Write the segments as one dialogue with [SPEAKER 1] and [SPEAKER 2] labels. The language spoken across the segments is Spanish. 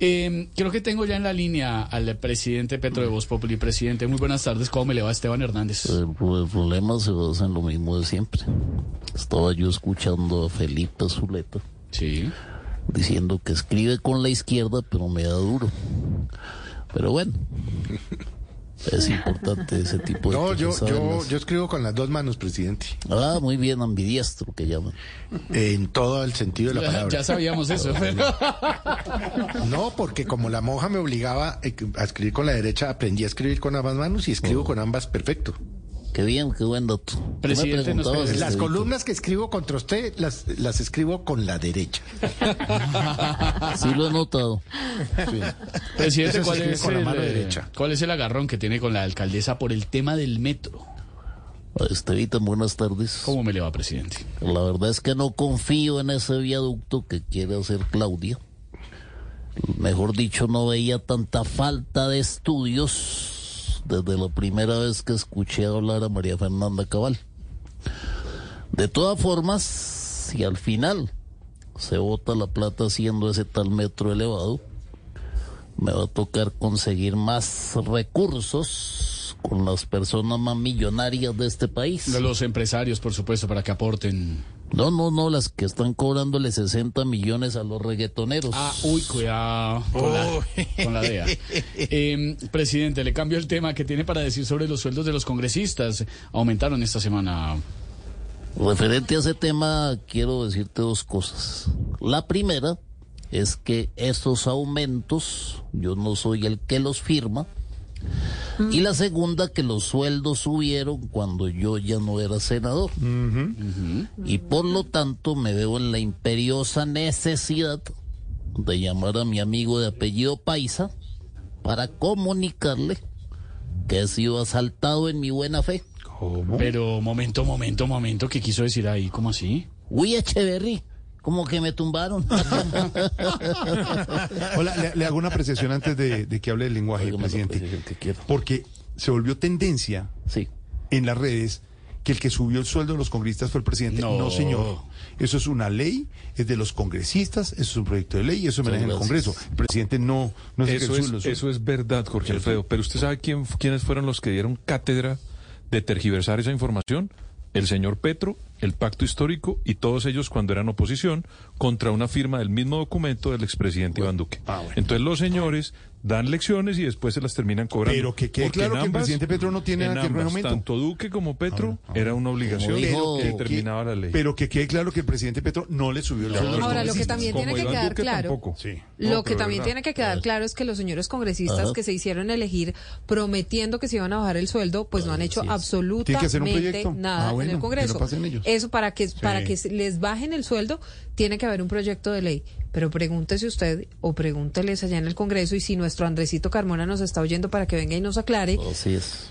[SPEAKER 1] Eh, creo que tengo ya en la línea al presidente Petro de Voz Populi. Presidente, muy buenas tardes. ¿Cómo me le va Esteban Hernández?
[SPEAKER 2] El, pro- el problema se basa en lo mismo de siempre. Estaba yo escuchando a Felipe Zuleta
[SPEAKER 1] Sí.
[SPEAKER 2] diciendo que escribe con la izquierda, pero me da duro. Pero bueno, es importante ese tipo
[SPEAKER 3] Pues,
[SPEAKER 2] de
[SPEAKER 4] No, yo,
[SPEAKER 2] cosas,
[SPEAKER 4] yo,
[SPEAKER 2] ¿sabes?
[SPEAKER 4] yo escribo con las dos manos, presidente.
[SPEAKER 2] Ah, muy bien, ambidiestro que llaman.
[SPEAKER 4] En todo el sentido de la palabra.
[SPEAKER 1] Ya sabíamos eso.
[SPEAKER 4] No, porque como la monja me obligaba eh, a escribir con la derecha, aprendí a escribir con ambas manos y
[SPEAKER 3] Oh.
[SPEAKER 4] escribo con ambas perfecto.
[SPEAKER 2] Qué bien, qué buen dato. Tú me
[SPEAKER 1] Presidente, nos
[SPEAKER 2] preguntabas, Este,
[SPEAKER 1] pregunta-
[SPEAKER 4] Las
[SPEAKER 2] Estevito.
[SPEAKER 4] columnas que escribo contra usted las, las escribo con la derecha.
[SPEAKER 2] Sí lo he notado.
[SPEAKER 1] presidente,
[SPEAKER 4] Eso se
[SPEAKER 1] ¿cuál
[SPEAKER 4] escribe
[SPEAKER 1] es,
[SPEAKER 4] con la
[SPEAKER 1] el,
[SPEAKER 4] mano
[SPEAKER 1] eh,
[SPEAKER 4] derecha.
[SPEAKER 1] ¿cuál es el agarrón que tiene con la alcaldesa por el tema del metro?
[SPEAKER 2] Estevita, Este, buenas tardes.
[SPEAKER 1] ¿Cómo me le va, presidente?
[SPEAKER 2] La verdad es que no confío en ese viaducto que quiere hacer Claudia. Mejor dicho, no veía tanta falta de estudios desde la primera vez que escuché hablar a María Fernanda Cabal. De todas formas, si al final se bota la plata haciendo ese tal metro elevado, me va a tocar conseguir más recursos con las personas más millonarias de este país.
[SPEAKER 1] Los empresarios, por supuesto, para que aporten.
[SPEAKER 2] No, no, no, las que están cobrándole 60 millones a los reggaetoneros.
[SPEAKER 1] Ah, uy, cuidado con, la, con la DEA. Eh, presidente, le cambio el tema que tiene para decir sobre los sueldos de los congresistas. Aumentaron esta semana.
[SPEAKER 2] Referente a ese tema, quiero decirte dos cosas. La primera es que esos aumentos, yo no soy el que los firma. Y la segunda, que los sueldos subieron cuando yo ya no era senador. Ujú. Y por lo tanto me veo en la imperiosa necesidad de llamar a mi amigo de apellido Paisa para comunicarle que he sido asaltado en mi buena fe.
[SPEAKER 1] Pero momento, momento, momento, ¿qué quiso decir ahí? ¿Cómo así?
[SPEAKER 2] Uy, Echeverry, como que me tumbaron.
[SPEAKER 3] Hola, le, le hago una apreciación antes de, de que hable del lenguaje,
[SPEAKER 2] Hágame la
[SPEAKER 3] presidente.
[SPEAKER 2] apreciación que quiera.
[SPEAKER 3] Porque se volvió tendencia
[SPEAKER 2] Sí.
[SPEAKER 3] en las redes que el que subió el sueldo de los congresistas fue el presidente.
[SPEAKER 1] No.
[SPEAKER 3] No, señor. Eso es una ley, es de los congresistas, eso es un proyecto de ley, eso maneja en el
[SPEAKER 2] gracias.
[SPEAKER 3] Congreso. El presidente no, no es el que
[SPEAKER 5] Eso
[SPEAKER 3] sube
[SPEAKER 5] es,
[SPEAKER 3] los sueldos.
[SPEAKER 5] eso es verdad, Jorge Alfredo. Pero usted sabe quién, quiénes fueron los que dieron cátedra de tergiversar esa información. El señor Petro, el pacto histórico y todos ellos cuando eran oposición contra una firma del mismo documento del expresidente Iván Duque.
[SPEAKER 3] ah,
[SPEAKER 5] Entonces los señores dan lecciones y después se las terminan cobrando.
[SPEAKER 3] Pero que quede
[SPEAKER 5] Porque
[SPEAKER 3] claro
[SPEAKER 5] en
[SPEAKER 3] que el presidente Petro no tiene
[SPEAKER 5] en
[SPEAKER 3] nada que ver con el
[SPEAKER 5] ambas,
[SPEAKER 3] aumento. Ah,
[SPEAKER 5] Tanto Duque como Petro era una obligación
[SPEAKER 2] Como dijo-
[SPEAKER 5] y terminaba la ley.
[SPEAKER 3] Pero que quede claro que el presidente Petro no le subió el sueldo. a los
[SPEAKER 6] Ahora, lo que
[SPEAKER 3] congresistas.
[SPEAKER 6] también
[SPEAKER 5] Como
[SPEAKER 6] tiene que
[SPEAKER 5] Iván
[SPEAKER 6] quedar
[SPEAKER 5] Duque
[SPEAKER 6] claro.
[SPEAKER 5] tampoco.
[SPEAKER 3] Sí.
[SPEAKER 6] Lo que
[SPEAKER 5] pero
[SPEAKER 6] también
[SPEAKER 5] verdad.
[SPEAKER 6] tiene que quedar claro es que los señores congresistas
[SPEAKER 2] Ajá.
[SPEAKER 6] que se hicieron elegir prometiendo que se iban a bajar el sueldo, pues no han hecho
[SPEAKER 2] Así es.
[SPEAKER 6] absolutamente
[SPEAKER 3] Tiene que hacer un proyecto.
[SPEAKER 6] nada
[SPEAKER 3] Ah,
[SPEAKER 6] en
[SPEAKER 3] bueno,
[SPEAKER 6] el
[SPEAKER 3] que
[SPEAKER 6] Congreso.
[SPEAKER 3] lo pasen ellos.
[SPEAKER 6] Eso para que para que se- les bajen el sueldo tiene que haber un proyecto de ley. Pero pregúntese usted o pregúnteles allá en el Congreso y si nuestro Andresito Carmona nos está oyendo para que venga y nos aclare
[SPEAKER 2] Así es.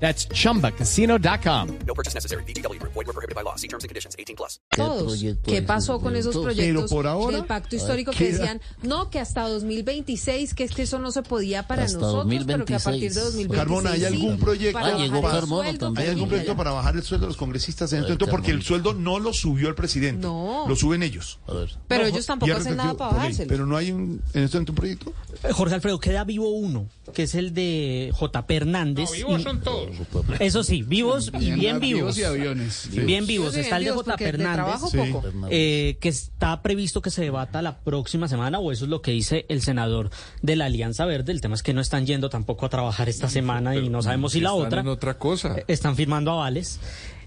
[SPEAKER 7] That's chumbacasino.com.
[SPEAKER 2] ¿Qué
[SPEAKER 6] todos.
[SPEAKER 2] proyecto
[SPEAKER 6] ¿Qué
[SPEAKER 2] hay?
[SPEAKER 6] pasó con esos
[SPEAKER 2] Entonces,
[SPEAKER 6] proyectos
[SPEAKER 3] Pero por ahora,
[SPEAKER 6] del pacto histórico que
[SPEAKER 3] queda-
[SPEAKER 6] decían, no, que hasta 2026, que es que eso no se podía para
[SPEAKER 2] Hasta
[SPEAKER 6] nosotros, pero que a partir de
[SPEAKER 2] 2026.
[SPEAKER 6] 2026
[SPEAKER 3] Carmona, ¿hay algún
[SPEAKER 6] sí,
[SPEAKER 3] proyecto
[SPEAKER 6] para
[SPEAKER 2] Ah, llegó
[SPEAKER 6] bajar el
[SPEAKER 2] Carmona
[SPEAKER 6] sueldo,
[SPEAKER 2] también.
[SPEAKER 3] ¿Hay algún
[SPEAKER 6] sí,
[SPEAKER 3] proyecto
[SPEAKER 6] ya.
[SPEAKER 3] para bajar el sueldo de los congresistas en
[SPEAKER 2] Ay,
[SPEAKER 3] este momento? Porque el
[SPEAKER 2] caramba.
[SPEAKER 3] sueldo no lo subió el presidente.
[SPEAKER 6] No.
[SPEAKER 3] Lo suben ellos.
[SPEAKER 2] A ver.
[SPEAKER 6] Pero
[SPEAKER 3] No,
[SPEAKER 6] ellos
[SPEAKER 3] y
[SPEAKER 6] tampoco
[SPEAKER 3] ha
[SPEAKER 6] hacen nada
[SPEAKER 3] refletido
[SPEAKER 6] para
[SPEAKER 3] por ley,
[SPEAKER 6] bajárselo.
[SPEAKER 3] Pero no hay un, en este momento un proyecto.
[SPEAKER 7] Jorge Alfredo, queda vivo uno, que es el de J. P. Hernández. y-
[SPEAKER 8] Eso sí, vivos y bien,
[SPEAKER 1] Bien
[SPEAKER 8] vivos.
[SPEAKER 1] vivos y aviones.
[SPEAKER 8] Bien
[SPEAKER 1] Sí.
[SPEAKER 8] vivos.
[SPEAKER 1] Sí,
[SPEAKER 8] Está el de
[SPEAKER 1] bien vivos,
[SPEAKER 8] J.
[SPEAKER 1] porque de
[SPEAKER 8] Fernández,
[SPEAKER 1] trabajo Sí. poco.
[SPEAKER 8] eh, que está previsto que se debata la próxima semana, o eso es lo que dice el senador de la Alianza Verde. El tema es que no están yendo tampoco a trabajar esta semana y no sabemos si la
[SPEAKER 5] están
[SPEAKER 8] otra.
[SPEAKER 5] en otra cosa.
[SPEAKER 8] Eh, Están firmando avales.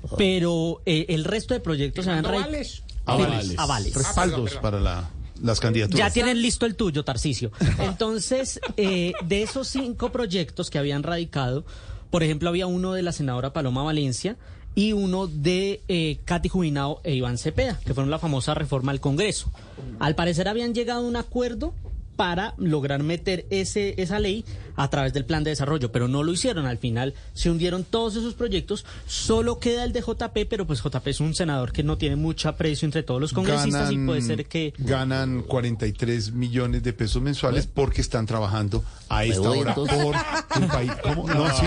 [SPEAKER 2] Ah.
[SPEAKER 8] Pero eh, el resto de proyectos se van
[SPEAKER 9] ¿Firmando
[SPEAKER 8] re-
[SPEAKER 9] avales?
[SPEAKER 8] Avales. Avales.
[SPEAKER 4] Ah,
[SPEAKER 3] Respaldos para la- las candidaturas.
[SPEAKER 8] Ya tienen listo el tuyo, Tarcisio.
[SPEAKER 1] Ah.
[SPEAKER 8] Entonces, eh, de esos cinco proyectos que habían radicado, por ejemplo, había uno de la senadora Paloma Valencia y uno de eh, Katy Jubinado e Iván Cepeda, que fueron la famosa reforma al Congreso. Al parecer habían llegado a un acuerdo para lograr meter ese, esa ley a través del plan de desarrollo, pero no lo hicieron. Al final se hundieron todos esos proyectos, solo queda el de JP, pero pues JP es un senador que no tiene mucho aprecio entre todos los congresistas y puede ser que
[SPEAKER 3] ganan 43 millones de pesos mensuales porque están trabajando a esta
[SPEAKER 2] voy,
[SPEAKER 3] hora
[SPEAKER 2] entonces.
[SPEAKER 3] por un país. ¿Cómo? No, sí.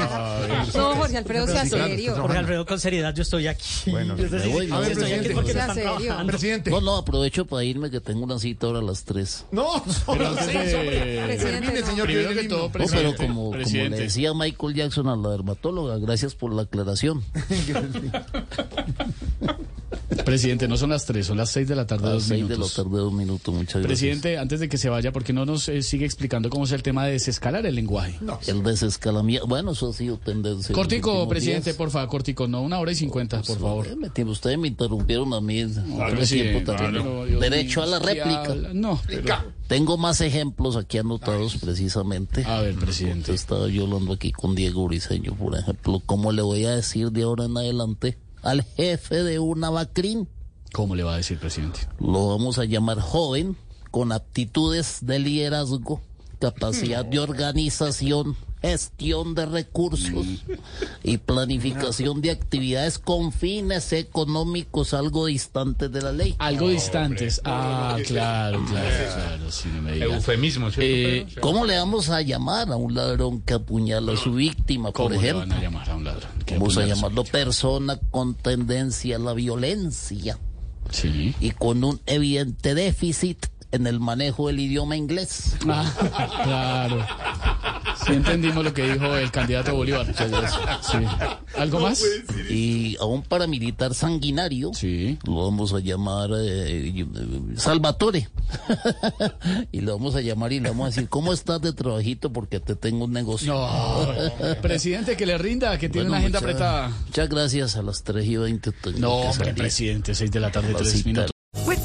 [SPEAKER 6] No, Jorge Alfredo, sea
[SPEAKER 3] Sí, claro,
[SPEAKER 6] serio.
[SPEAKER 3] está
[SPEAKER 8] Jorge Alfredo, con seriedad, yo estoy aquí.
[SPEAKER 3] Bueno,
[SPEAKER 8] Es decir,
[SPEAKER 2] Me voy, me
[SPEAKER 8] yo
[SPEAKER 2] voy,
[SPEAKER 8] estoy aquí
[SPEAKER 2] presidente.
[SPEAKER 8] porque no
[SPEAKER 2] Sea
[SPEAKER 8] están
[SPEAKER 2] serio.
[SPEAKER 8] trabajando.
[SPEAKER 2] No, no, aprovecho para irme que tengo una cita ahora a las 3.
[SPEAKER 3] No,
[SPEAKER 2] Pero
[SPEAKER 3] las
[SPEAKER 2] antes
[SPEAKER 3] seis,
[SPEAKER 2] de-
[SPEAKER 3] hombre. Termine, señor,
[SPEAKER 1] eh, Primero
[SPEAKER 3] que viene
[SPEAKER 1] que
[SPEAKER 3] el
[SPEAKER 1] todo,
[SPEAKER 3] himno.
[SPEAKER 2] No, pero
[SPEAKER 1] Presidente,
[SPEAKER 2] como, como le
[SPEAKER 1] presidente.
[SPEAKER 2] decía Michael Jackson a la dermatóloga, gracias por la aclaración.
[SPEAKER 1] Ah, Presidente, no son las 3, son las 6 de la tarde,
[SPEAKER 2] Las
[SPEAKER 1] dos
[SPEAKER 2] seis de la
[SPEAKER 1] minutos.
[SPEAKER 2] tarde, dos minutos, muchas gracias.
[SPEAKER 1] Presidente, antes de que se vaya, ¿por qué no nos eh, sigue explicando cómo es el tema de desescalar el lenguaje?
[SPEAKER 2] El desescalamiento, bueno, eso ha sido tendencia. en los
[SPEAKER 1] Cortico,
[SPEAKER 2] últimos
[SPEAKER 1] presidente,
[SPEAKER 2] días.
[SPEAKER 1] por favor, cortico, no, una hora y cincuenta, por favor.
[SPEAKER 2] Me tiempo, ustedes me interrumpieron a mí. Todo el
[SPEAKER 1] sí,
[SPEAKER 2] tiempo también.
[SPEAKER 1] claro, Dios
[SPEAKER 2] Derecho
[SPEAKER 1] mío,
[SPEAKER 2] a la
[SPEAKER 1] ¿qué
[SPEAKER 2] réplica.
[SPEAKER 1] habla? No, pero-
[SPEAKER 2] Tengo más ejemplos aquí anotados precisamente.
[SPEAKER 1] Ah,
[SPEAKER 2] A ver, presidente. Estaba yo hablando aquí con Diego Uriseño, por ejemplo. ¿Cómo le voy a decir de ahora en adelante al jefe de una Bacrín?
[SPEAKER 1] ¿Cómo le va a decir, presidente?
[SPEAKER 2] Lo vamos a llamar joven, con aptitudes de liderazgo, capacidad de organización, gestión de recursos y planificación de actividades con fines económicos algo distantes de la ley.
[SPEAKER 1] Algo distantes. Ah, claro, claro, claro. sí, no me Eh, diga.
[SPEAKER 2] Eufemismo,
[SPEAKER 1] ¿cierto, Pedro?
[SPEAKER 2] ¿Cómo le vamos a llamar a un ladrón que apuñala a su víctima, por
[SPEAKER 1] ¿Cómo le
[SPEAKER 2] ejemplo?
[SPEAKER 1] van a llamar a un ladrón? que
[SPEAKER 2] Vamos a
[SPEAKER 1] apuñala su
[SPEAKER 2] llamarlo persona con tendencia a la violencia y con un evidente déficit en el manejo del idioma inglés.
[SPEAKER 1] Ah, Claro. Sí entendimos lo que dijo el candidato Bolívar. Sí. ¿Algo más?
[SPEAKER 2] Y a un paramilitar sanguinario, lo vamos a llamar eh, y- eh, Salvatore. y lo vamos a llamar y le vamos a decir, ¿cómo estás de trabajito? Porque te tengo un negocio.
[SPEAKER 1] No, presidente, que le rinda, que tiene una
[SPEAKER 2] Bueno,
[SPEAKER 1] agenda
[SPEAKER 2] muchas-
[SPEAKER 1] apretada.
[SPEAKER 2] Muchas gracias a las 3 y 20.
[SPEAKER 1] No, hombre, presidente, 6 de la tarde, 3 minutos.
[SPEAKER 10] With